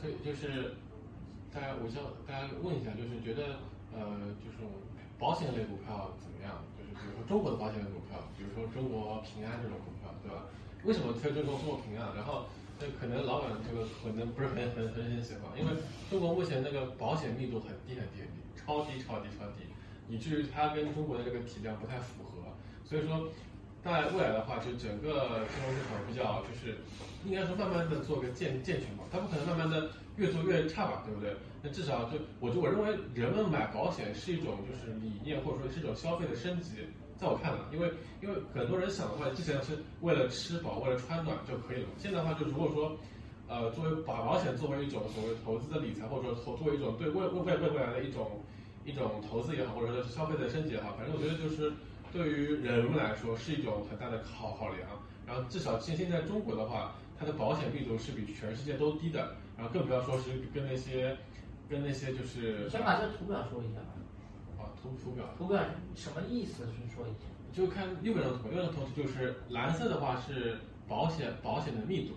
可以就是大家，我想大家问一下，就是觉得呃，这种保险类股票怎么样？就是比如说中国的保险类股票，比如说中国平安这种股票，对吧？为什么推中国中国平安？然后那可能老板这个可能不是很很很很喜欢，因为中国目前那个保险密度很低很低很低，超低超低超低，以至于它跟中国的这个体量不太符合。所以说，在未来的话，就整个金融市场比较就是应该说慢慢的做个健健全吧，它不可能慢慢的越做越差吧，对不对？那至少就我就我认为人们买保险是一种就是理念或者说是一种消费的升级。在我看来，因为因为很多人想的话，之前是为了吃饱、为了穿暖就可以了。现在的话，就如果说，呃，作为把保险作为一种所谓投资的理财，或者说投作为一种对未未未未来的一种一种投资也好，或者说消费的升级也好，反正我觉得就是对于人们来说是一种很大的考考量。然后至少现现在中国的话，它的保险密度是比全世界都低的，然后更不要说是跟那些跟那些就是你先把这图表说一下吧。啊图图表图表什么意思？是说一下。就看右边的图，右边的图就是蓝色的话是保险保险的密度，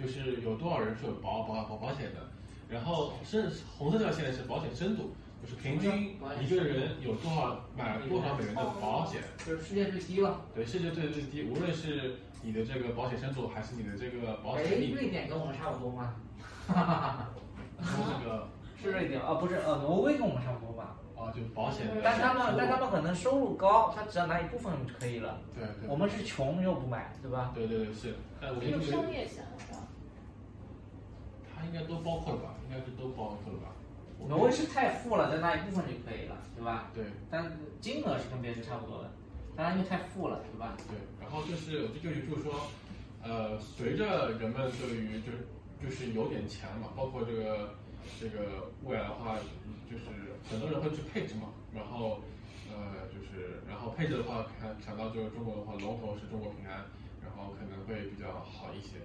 就是有多少人是有保保保保险的，然后深红色这条线是保险深度，就是平均一个人有多少买了多少美元的保险，就是世界最低了。对世界最最低，无论是你的这个保险深度还是你的这个保哎险，密度，瑞典跟我们差不多吗？哈哈哈哈。说这个是瑞典啊，不是呃，挪威跟我们差不多吧？啊就保险的，但他们但他们可能收入高，他只要拿一部分就可以了。对对我们是穷又不买，对吧？对对对是，但我这就个觉商得业险的话，他应该都包括了吧，应该是都包括了吧，我挪威是太富了，再拿一部分就可以了，对吧？对。但金额是跟别人差不多的，当然因为太富了，对吧？对，然后就是我就就是就是说，呃，随着人们对于就是就是有点钱嘛，包括这个这个未来的话，就是很多人会去配置嘛，然后呃就是然后配置的话，看想到就是中国的话，龙头是中国平安，然后可能会比较好一些，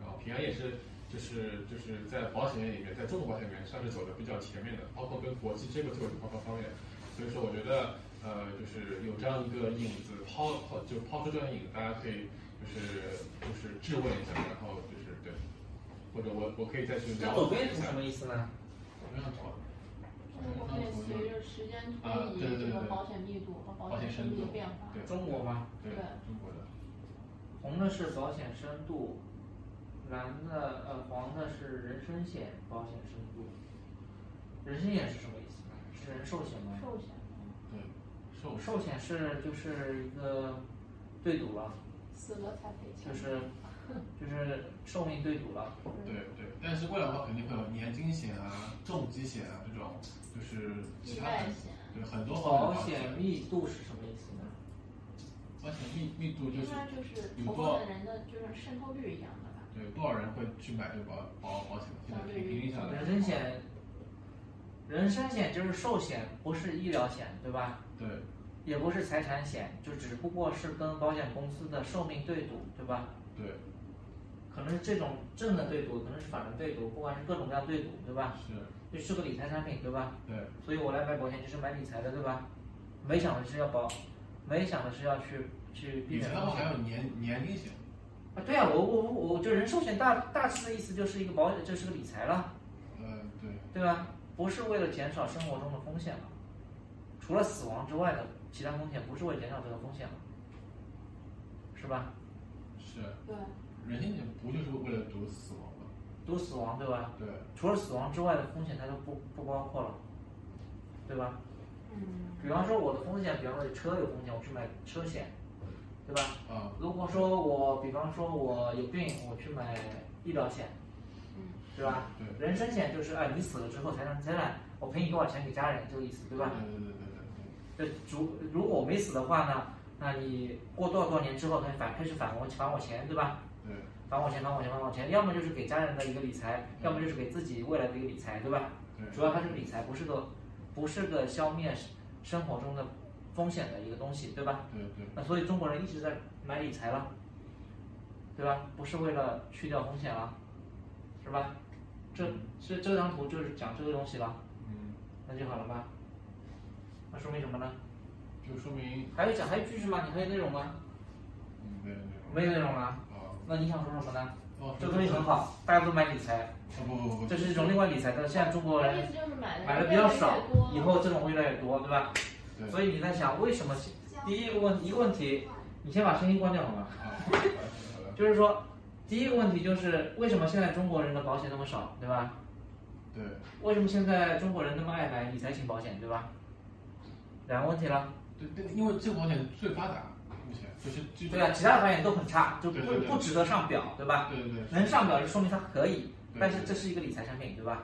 然后平安也是。就是就是在保险业里面，在中国保险里面算是走的比较前面的，包括跟国际这个这个方方方面，所以说我觉得呃，就是有这样一个影子抛抛，就抛出这样影子，大家可以就是就是质问一下，然后就是对，或者我我可以再去那聊左边解一图下什。么意思呢？没有什么我们也随着时间啊推对对对移，这个对保险密度和保保险深险深度度的变化。对中国吗？对对中国的红的是保险深度，蓝的呃黄的是人身险保险深度。人身险是什么意思呢？是人寿险吗？寿险对寿寿险是就是一个对赌了，死了才赔钱就。是就是寿命对赌了。对对，但是未来的话肯定会有年金险啊、重疾险啊这种，就是其意他外很险对很多方面保的话险密度是什么意思呢？保险密密度就应是该就是有投多保少的人的就是渗透率一样的吧？对多少人会去买这个保保保险，现在相对平于均下来人身险，人身险就是寿险，不是医疗险，对吧？对也不是财产险，就只不过是跟保险公司的寿命对赌，对吧？对可能是这种正的对赌，可能是反的对赌，不管是各种各样对赌，对啊吧？是，就是个理财产品，对吧？对所以我来买保险就是买理财的，对吧？没想的是要保，没想的是要去去避以免前的风话险还有年年金险。啊。对啊，我我我我就人寿险大大致的意思就是一个保，就是个理财了。呃，对，对吧？不是为了减少生活中的风险嘛？除了死亡之外的其他风险，不是为了减少这个风险嘛？是吧？是对，人性险不就是为了堵死亡吗？都死亡对吧？对，除了死亡之外的风险，它都不不包括了，对吧？嗯，比方说我的风险，比方说车有风险，我去买车险，对吧？啊，如果说我，比方说我有病，我去买医疗险，嗯，对吧？对人身险就是，哎，你死了之后财产财产，我赔你多少钱给家人，这个意思，对吧？对对对对呃这如如果我没死的话呢，那你过多少多少年之后，他就反开始返我返我钱，对吧？对对返我钱，返我钱，返我钱，要么就是给家人的一个理财，要么就是给自己未来的一个理财，对吧？对，主要它是理财，不是个不是个消灭生活中的风险的一个东西，对吧？对对那所以中国人一直在买理财了，对吧？不是为了去掉风险了，是吧？这这这张图就是讲这个东西了，嗯，那就好了吧？那说明什么呢？就说明还有讲还有句是吗？你还有内容吗？嗯没有那种没有内容了，啊，那你想说什么呢？哦哦，这个东西很好，大家都买理财，哦不不不不这，是一种另外理财。但是现在中国那人意思就是买的买的的比较少，以后这种会越来越多，对吧？对所以你在想为什么？第一个问一个问题，你先把声音关掉好吗？啊就是说，第一个问题就是为什么现在中国人的保险那么少，对吧？对，为什么现在中国人那么爱买理财型保险，对吧？两个问题了。对对，因为这个保险最发达，目前就是就对啊，其他保险都很差，就不对对对不值得上表，对吧？对对对，能上表就说明它可以，对但是这是一个理财产品，对吧？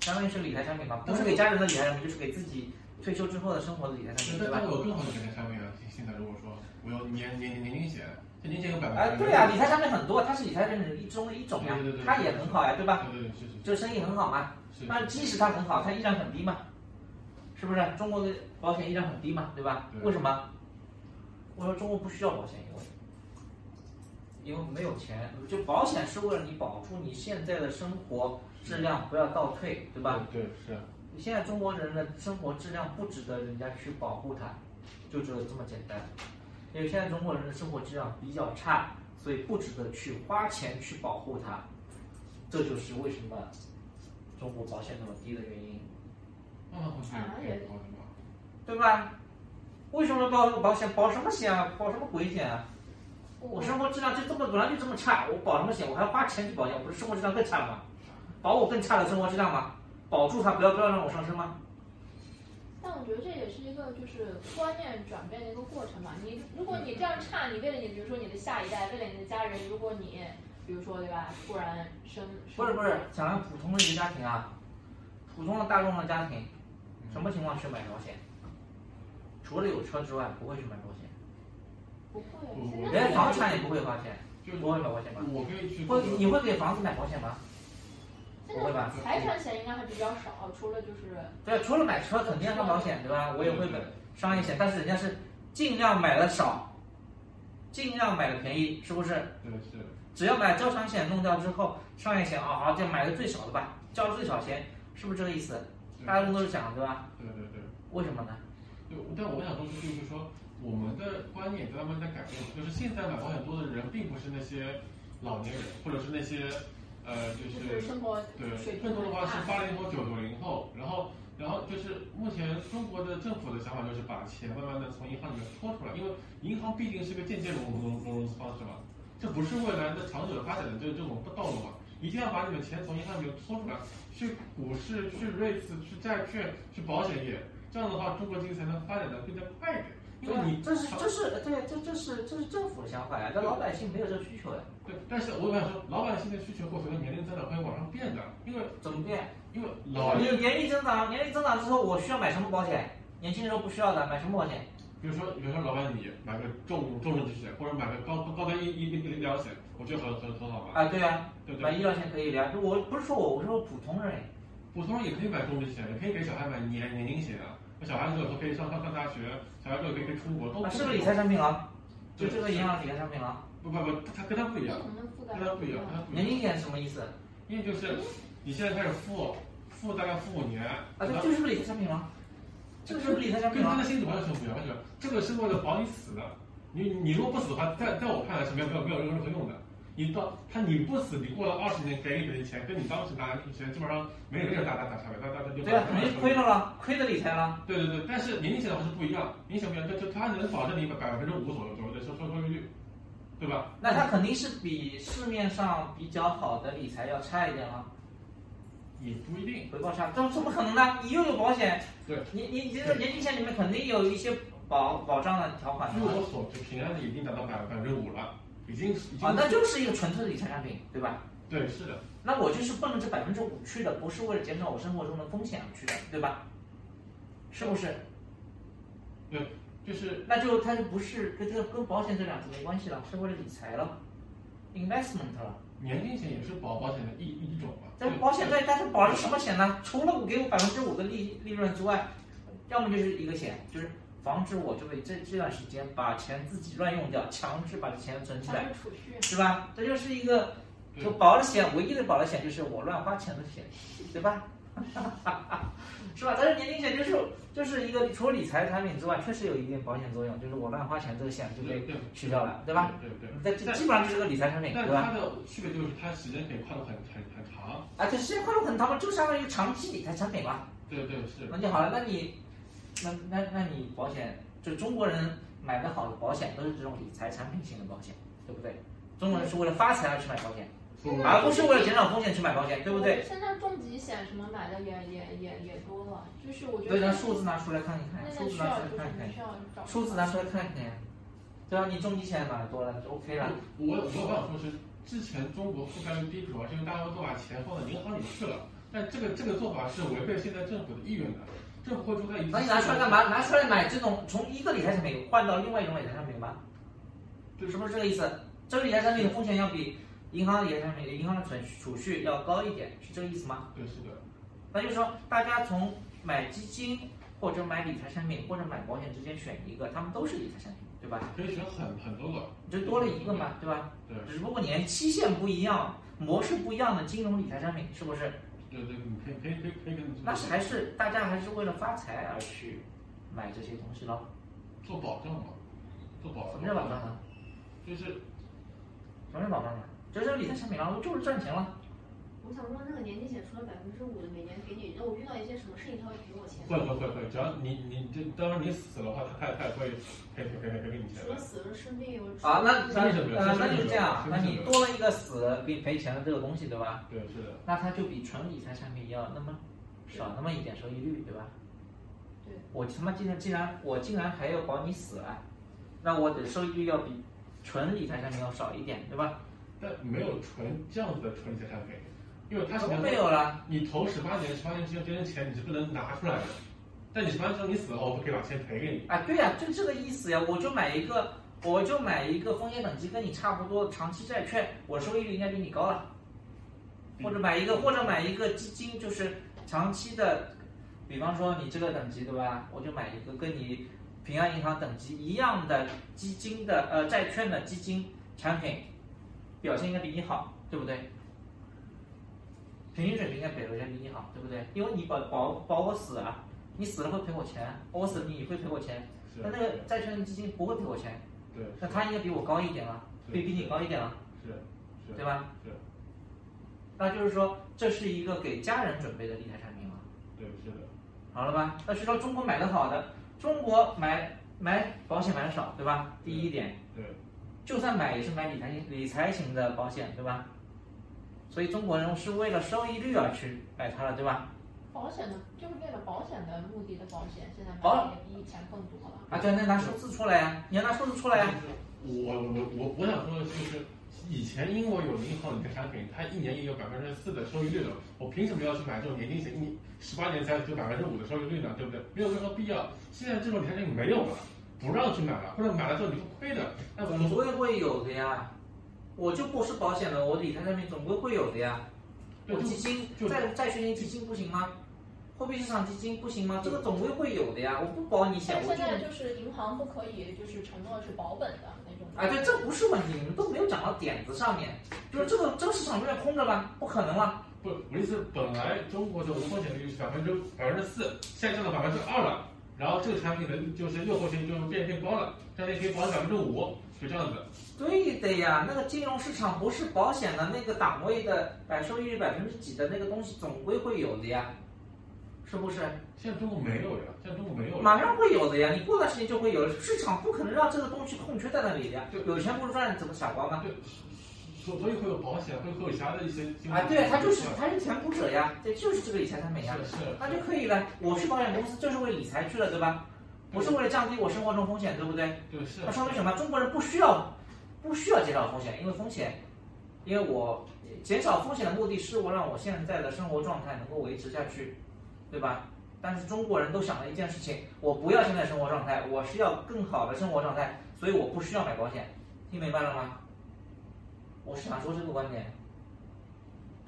相当于是理财产品嘛，不是给家人的理财产品，就是给自己退休之后的生活的理财产品，对但吧但？我有更好的理财产品啊！现在如果说我有年年年龄险，这年龄险有百分之哎，对呀、理财产品很多，它是理财产品中的一种呀对对对，对它也很好呀，对吧？？对对对，是是就是生意很好嘛，是。那即使它很好，它依然很低嘛，是不是？中国的保险依然很低嘛，对吧？对为什么？我说中国不需要保险，因为因为没有钱，就保险是为了你保住你现在的生活质量不要倒退，对吧？？对，是。你现在中国人的生活质量不值得人家去保护它，就只有这么简单。因为现在中国人的生活质量比较差，所以不值得去花钱去保护它，这就是为什么中国保险那么低的原因，那么会变高的吗？对吧？为什么保保险保什么险啊？保什么鬼险啊？我我生活质量就这么本来就这么差，我保什么险？我还花钱去保险，我不是生活质量更差了吗？保我更差的生活质量吗？保住它，不要不要让我上升吗？但我觉得这也是一个就是观念转变的一个过程吧。你如果你这样差，你为了你比如说你的下一代，为了你的家人，如果你比如说对吧，突然生不是不是，讲讲普通的一个家庭啊，普通的大众的家庭，什么情况去买保险？除了有车之外，不会去买保险，不会啊，我现在连房产也不会花钱，就是不会买保险吧？我可以去会你会给房子买保险吗？现不会在吧财产险应该还比较少，除了就是对，啊除了买车肯定要上保险，对吧？我也会买商业险，但是人家是尽量买的少，尽量买的便宜，是不是？对是，只要把交强险弄掉之后，商业险啊、好，就买的最少的吧，交最少钱，是不是这个意思？嗯大家都是讲，对吧？对对对。为什么呢？就但我想说的就是说，我们的观念在慢慢在改变，就是现在买保险多的人，并不是那些老年人，或者是那些呃，就就是是生活水对，平更多的话是很大八零后、九九零后，然后然后就是目前中国的政府的想法就是把钱慢慢的从银行里面搓出来，因为银行毕竟是个间接融融融融资方式嘛，这不是未来的长久发展的这这种道路嘛，一定要把你们钱从银行里面搓出来，去股市、去 REITs、去债券、去保险业，这样的话中国经济才能发展的更加快一点，因为你啊这是这是对，这这是这是政府的想法呀，但老百姓没有这个需求呀，对，但是我想说，老百姓的需求会随着年龄增长会往上变的，因为怎么变？因为老你年，年龄增长，年龄增长之后，我需要买什么保险？年轻人说不需要的，买什么保险？比如说，比如说，老板你买个重重症之险，或者买个高高端医医医医疗险，我觉得很很很好吧，啊，对呀、对不买对？医疗险可以的呀。我不是说我，我是说普通人。普通人也可以买重症险，也可以给小孩买年年龄险啊。那小孩子有时候可以上上上大学，小孩子可以可以出国，都啊，是不是理财产品啊？就对这个银行理财产品啊？不不不，他跟他不一样，能覆盖跟他不一样，跟他不一年样。龄险什么意思？啊，因为就是你现在开始付，付大概付五年，这这是不是理财产品啊？这个是不是理财产跟品他啊的？心理完全不一样，完全。这个是为了保你死的，你你如果不死的话，在在我看来是没有没有没有任何用的。你到他你不死，你过了二十年给你的钱，跟你当时拿的钱基本上没有没有大大大差别，大大大就对啊，肯定是亏了了，亏的理财了。对对对，但是年龄险的话是不一样，年龄险不一样，就就它能保证你百分之五左右左右的收收收益率，对吧？那它肯定是比市面上比较好的理财要差一点了，也不一定，回报差，这怎么可能呢？你又有保险，对，你你你这个年龄险里面肯定有一些保保障的条款据的嘛。我所知，平安的已经达到百百分之五了，已经已经、啊，那就是一个纯粹的理财产品，对吧？对是的，那我就是奔着这百分之五去的，不是为了减少我生活中的风险而去的，对吧？是不是？就是那就它就不是跟这个跟保险这两个没关系了，是为了理财了，investment 了。年龄险也是保保险的一一种嘛。但对保险对它是保了什么险呢？除了我给我百分之五的利利润之外，要么就是一个险，就是防止我这个这这段时间把钱自己乱用掉，强制把这钱存起来，强制储蓄，是吧？这就是一个对就保了险，唯一的保了险就是我乱花钱的险，对吧？ 是吧？但是年龄险就是就是一个除了理财产品之外，确实有一定保险作用，就是我乱花钱这个险就被对对取消了，对吧？？啊对对那对。这但基本上就是个理财产品，但对是吧？它的区别就是它时间可以跨度很很很长。啊，对，时间跨度很长嘛，就相当于一个长期理财产品嘛。对对是。那就好了，那你，那那那你保险，就中国人买的好的保险都是这种理财产品型的保险，对不对？中国人是为了发财而去买保险，现在而不是为了减少风险去买保险，对不对？？现在重疾险什么买的也也也也多了，就是我觉对，得咱数字拿出来看一看，那数那字需拿要出来就是看一看你，需要找数字拿出来看一看呀。对啊，你重疾险买的多了就 OK 了。我我我想说是，之前中国覆盖率低，主要是因为大家都把钱放到银行里去了，但这个这个做法是违背现在政府的意愿的。政府会出台一那你拿出来干嘛？拿出来买这种从一个理财产品换到另外一种理财产品吗？对是不是这个意思？这个理财产品的风险要比银行的理财产品、银行的存储蓄要高一点，是这个意思吗？对，是的，那就是说，大家从买基金或者买理财产品或者买保险之间选一个，他们都是理财产品，对吧？可以选很很多个。你就多了一个嘛，对吧？对只不过你连期限不一样，模式不一样的金融理财产品，是不是？对对，你可以可以可以可以跟你那是还是大家还是为了发财而去买这些东西咯。做保障嘛，做保什障。么叫保障呢？就是什么叫保障呢？就是理财产品了，啊就是赚钱了。我想说，那个年金险除了百分之五的每年给你，那我遇到一些什么事情，他会赔我钱？会会会会，只要你你这到时候你死了的话，他他他也会赔赔赔赔赔给你钱除了的。死人生病，我啊，那那三十秒呃，三十秒那就是这样，那三十你秒多了一个死给你赔钱的这个东西，对吧？对，是的，那它就比纯理财产品要那么少那么一点收益率，对吧？对。我他妈竟然竟然我竟然还要保你死啊！那我的收益率要比纯理财产品要少一点，对吧？但没有纯这样子的纯理财产品，因为它怎是么没有了？你投十八年，十八年之后这些钱你是不能拿出来的。但你十八年之后你死了，我可以把钱赔给你。啊，对呀、就这个意思呀！我就买一个，我就买一个风险等级跟你差不多的长期债券，我收益率应该比你高了。或者买一个，或者买一个基金，就是长期的，比方说你这个等级对吧？我就买一个跟你平安银行等级一样的基金的呃债券的基金产品，表现应该比你好，对不对？平均水平应该比人家比你好，对不对？因为你保保保我死啊，你死了会赔我钱，我死了你会赔我钱，是啊那那个债券基金不会赔我钱，对，那它应该比我高一点了，对比比你高一点了，是是对吧？是。那就是说，这是一个给家人准备的理财产品了，对是的，好了吧？那是说中国买的好的，中国买买保险买的少，对吧？第一点，对就算买也是买理财型理财型的保险，对吧？所以中国人是为了收益率而去买它了，对吧？保险的，就是为了保险的目的的保险，现在保买的也比以前更多了。啊，对，那拿数字出来呀、啊你要拿数字出来呀、我我我我想说的就是，以前英国有银行理财产品，它一年也有百分之四的收益率了，我凭什么要去买这种年金险？你十八年才只有百分之五的收益率呢，对不对？没有任何必要。现在这种理财产品没有了，不让去买了，或者买了之后你会亏的。那我总们归会有的呀。我就不是保险了，我理财产品总归会有的呀。对我就基金就债债券型基金不行吗？货币市场基金不行吗？这个总归会有的呀。我不保你险但，我现就在就是银行不可以就是承诺是保本的那种。啊，对，这不是问题，你们都没有讲到点子上面。就是这个这个市场永远空着吧？不可能了。不，我的意思，本来中国的无风险率是百分之百分之四，现在降到百分之二了，然后这个产品的就是诱惑性就变变高了，这样也可以保百分之五，就这样子。对的呀，那个金融市场不是保险的那个档位的百收益率百分之几的那个东西，总归会有的呀，是不是？现在中国没有呀，现在中国没有了。马上会有的呀，你过段时间就会有了。市场不可能让这个东西空缺在那里的呀对。有钱不赚，怎么傻瓜啊吗？对，所所以会有保险，会会有其他的一些经济啊，对，他就是他是填补者呀，对，就是这个理财产品呀，是是那就可以了。我是保险公司，就是为理财去了，对吧？不是为了降低我生活中风险，对不对？对是那说明什么？中国人不需要不需要减少风险，因为风险，因为我减少风险的目的是我让我现在的生活状态能够维持下去，对吧？但是中国人都想了一件事情：我不要现在生活状态，我是要更好的生活状态，所以我不需要买保险。听明白了吗？我是想说这个观点，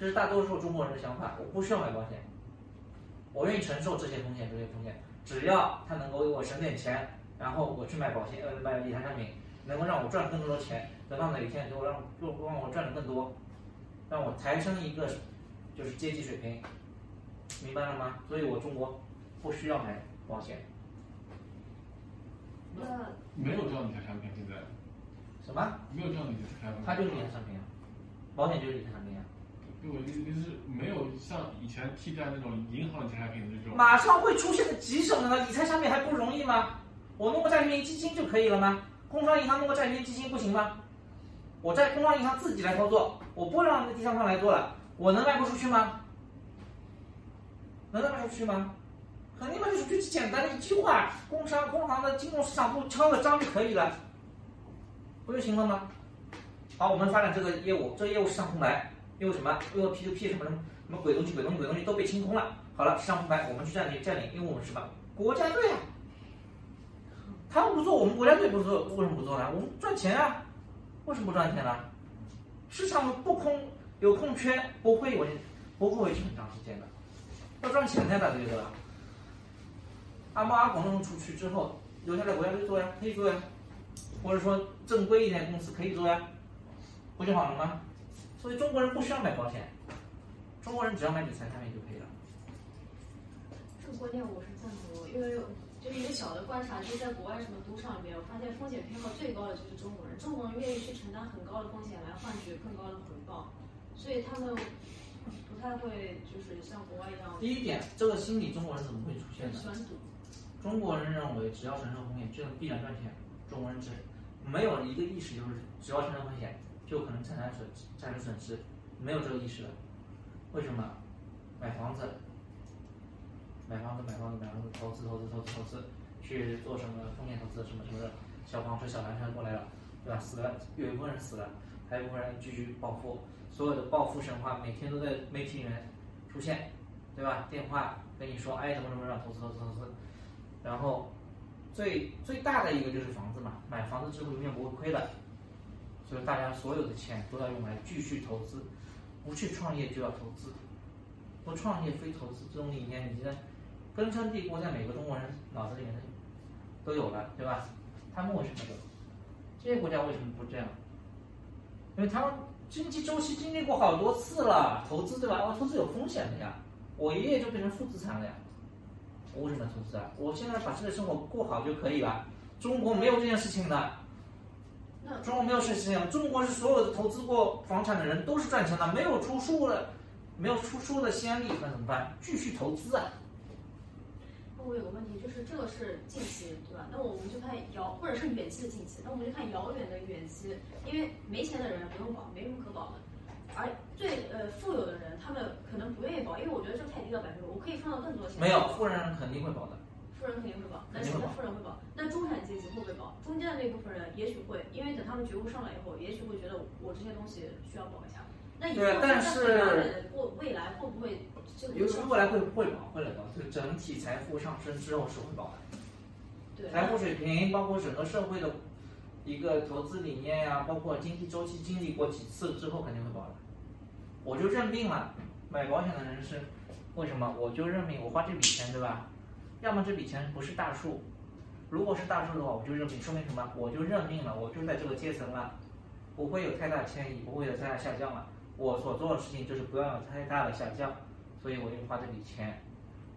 这是大多数中国人的想法。我不需要买保险，我愿意承受这些风险，这些风险，只要它能够给我省点钱，然后我去买保险，呃，买理财产品，能够让我赚更多的钱，等到哪一天给我让就让我赚的更多，让我抬升一个就是阶级水平，明白了吗？所以我中国不需要买保险，那没有这样的理财产品，现在什么？没有这样的理财产品。它就是理财产品啊，保险就是理财产品啊。对我的意思是，没有像以前替代那种银行理财产品的这种。马上会出现的几什么呢？理财产品还不容易吗？我弄个债券基金就可以了吗？工商银行弄个债券基金不行吗？我在工商银行自己来操作，我不让第三方来做了，我能卖不出去吗？能卖出去吗？肯定卖出去，简单的一句话，工商工行的金融市场部敲个章就可以了，不就行了吗？好，我们发展这个业务，这个业务市场空白，因为什么？因为 P to P 什么什么什么鬼东西、鬼东西、鬼东西都被清空了。好了，市场空白，我们去占领占领，因为我们是什么国家队啊？他们不做，我们国家队不做，为什么不做呢？我们赚钱啊，为什么不赚钱呢？市场不空有空缺，不会维不会维持很长时间的，要赚钱的，大家觉得吧？阿猫阿狗弄出去之后，留下来国家队做呀，可以做呀，或者说正规一点的公司可以做呀，不就好了吗？所以中国人不需要买保险，中国人只要买理财产品就可以了。这个观念我是赞同的，因为就是一个小的观察，就是在国外什么赌场里面，我发现风险偏好最高的就是中国人，中国人愿意去承担很高的风险来换取更高的回报，所以他们不太会就是像国外一样第一点，这个心理中国人怎么会出现很呢喜？欢赌。中国人认为只要承受风险，就能必然赚钱。中国人只没有一个意识，就是只要承受风险，就可能产生损产生损失，没有这个意识的。为什么？买房子，买房子，买房子，买房子，投资，投资，投资，投资，去做什么风险投资，什么什么的，小黄车、小蓝车过来了，对吧？死了，有一部分人死了，还有一部分人继续暴富，所有的暴富神话每天都在媒体里面出现，对吧？电话跟你说，哎，怎么怎么样，投资，投资，投资。然后最最大的一个就是房子嘛，买房子之后永远不会亏的，所以大家所有的钱都要用来继续投资，不去创业就要投资，不创业非投资这种理念，你现在根深蒂固在每个中国人脑子里面都有了，对吧？他们为什么有？这些国家为什么不这样？因为他们经济周期经历过好多次了，投资对吧？我投资有风险的呀，我爷爷就变成负资产了呀。我为什么要投资啊？我现在把这个生活过好就可以了。中国没有这件事情的，那中国没有这件事情。中国是所有的投资过房产的人都是赚钱的，没有出书的，没有出书的先例，那怎么办？继续投资啊！那我有个问题，就是这个是近期，对吧？那我们就看遥，或者是远期的近期，那我们就看遥远的远期，因为没钱的人不用保，没什么可保的。而最呃富有的人，他们可能不愿意保，因为我觉得这个太低了百分之，我可以创造更多钱。没有，富人肯定会保的。富人肯定会保，肯那什定会么保富人会保？那中产阶级会不会保？中间的那部分人也许会，因为等他们觉悟上来以后，也许会觉得我这些东西需要保一下。那以后对在但是很遥远的过未来会不会这个尤其未来会会保，会来保，就是整体财富上升之后是会保对的。财富水平包括整个社会的一个投资理念呀、包括经济周期经历过几次之后肯定会保的。我就认定了，买保险的人是为什么？我就认定我花这笔钱，对吧？要么这笔钱不是大数，如果是大数的话，我就认定，说明什么？我就认定了，我就在这个阶层了，不会有太大迁移，不会有太大下降了。我所做的事情就是不要有太大的下降，所以我就花这笔钱。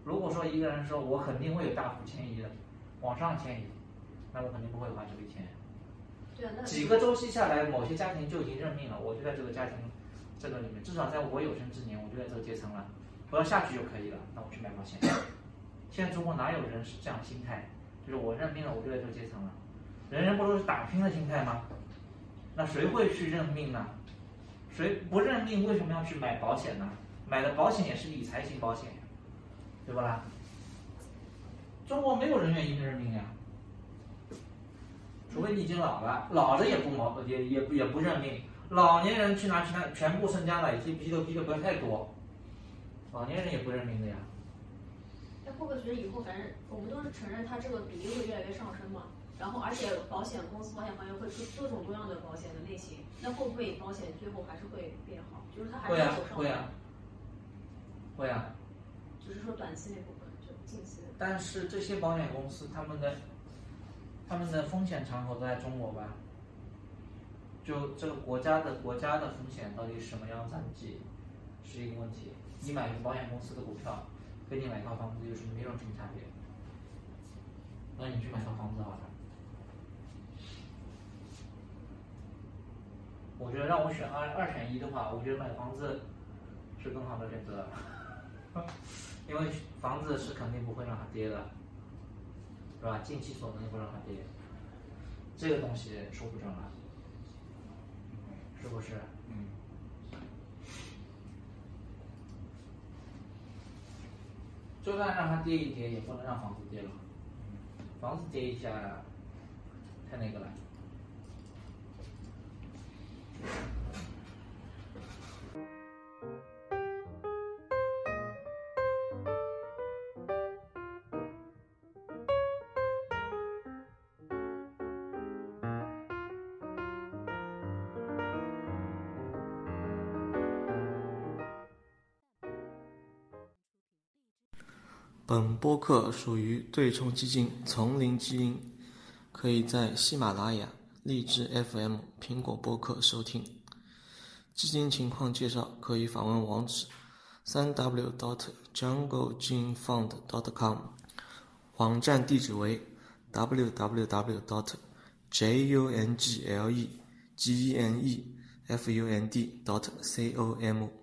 如果说一个人说我肯定会有大幅迁移的，往上迁移，那我肯定不会花这笔钱。对啊，那几个周期下来，某些家庭就已经认命了，我就在这个家庭这个里面，至少在我有生之年，我就在这个阶层了，我要下去就可以了。那我去买保险。 现在中国哪有人是这样心态？就是我认命了，我就在这个阶层了。人人不都是打拼的心态吗？那谁会去认命呢？谁不认命，为什么要去买保险呢？买的保险也是理财型保险，对不啦？中国没有人愿意认命呀、除非你已经老了，老了也不毛也也不也不认命。老年人去拿去拿，全部身家累积 P to P 的不要太多，老年人也不认命的呀。那会不会觉得以后反正我们都是承认它这个比例会越来越上升嘛？然后而且保险公司、保险行业会出各种多样的保险的类型，那会不会保险最后还是会变好？就是它还是会啊走上会啊会啊，只是说短期那部分，就近期的。但是这些保险公司他们的他们的风险敞口都在中国吧？就这个国家的国家的风险到底是什么样的战绩，是一个问题。你买保险公司的股票，跟你买套房子有什么没有什么差别？那你去买套房子好了。我觉得让我选二二选一的话，我觉得买房子是更好的选择， 因为房子是肯定不会让它跌的，是吧？尽其所能不让它跌，这个东西说不准啊，是不是？嗯，就算让它跌一跌，也不能让房子跌了。房子跌一下，太那个了。本播客属于对冲基金丛林基因，可以在喜马拉雅、荔枝 FM、苹果播客收听。基金情况介绍可以访问网址：三 w dot jungle gene fund dot com，网站地址为 www dot j u n g l e g e n e f u n d dot c o m。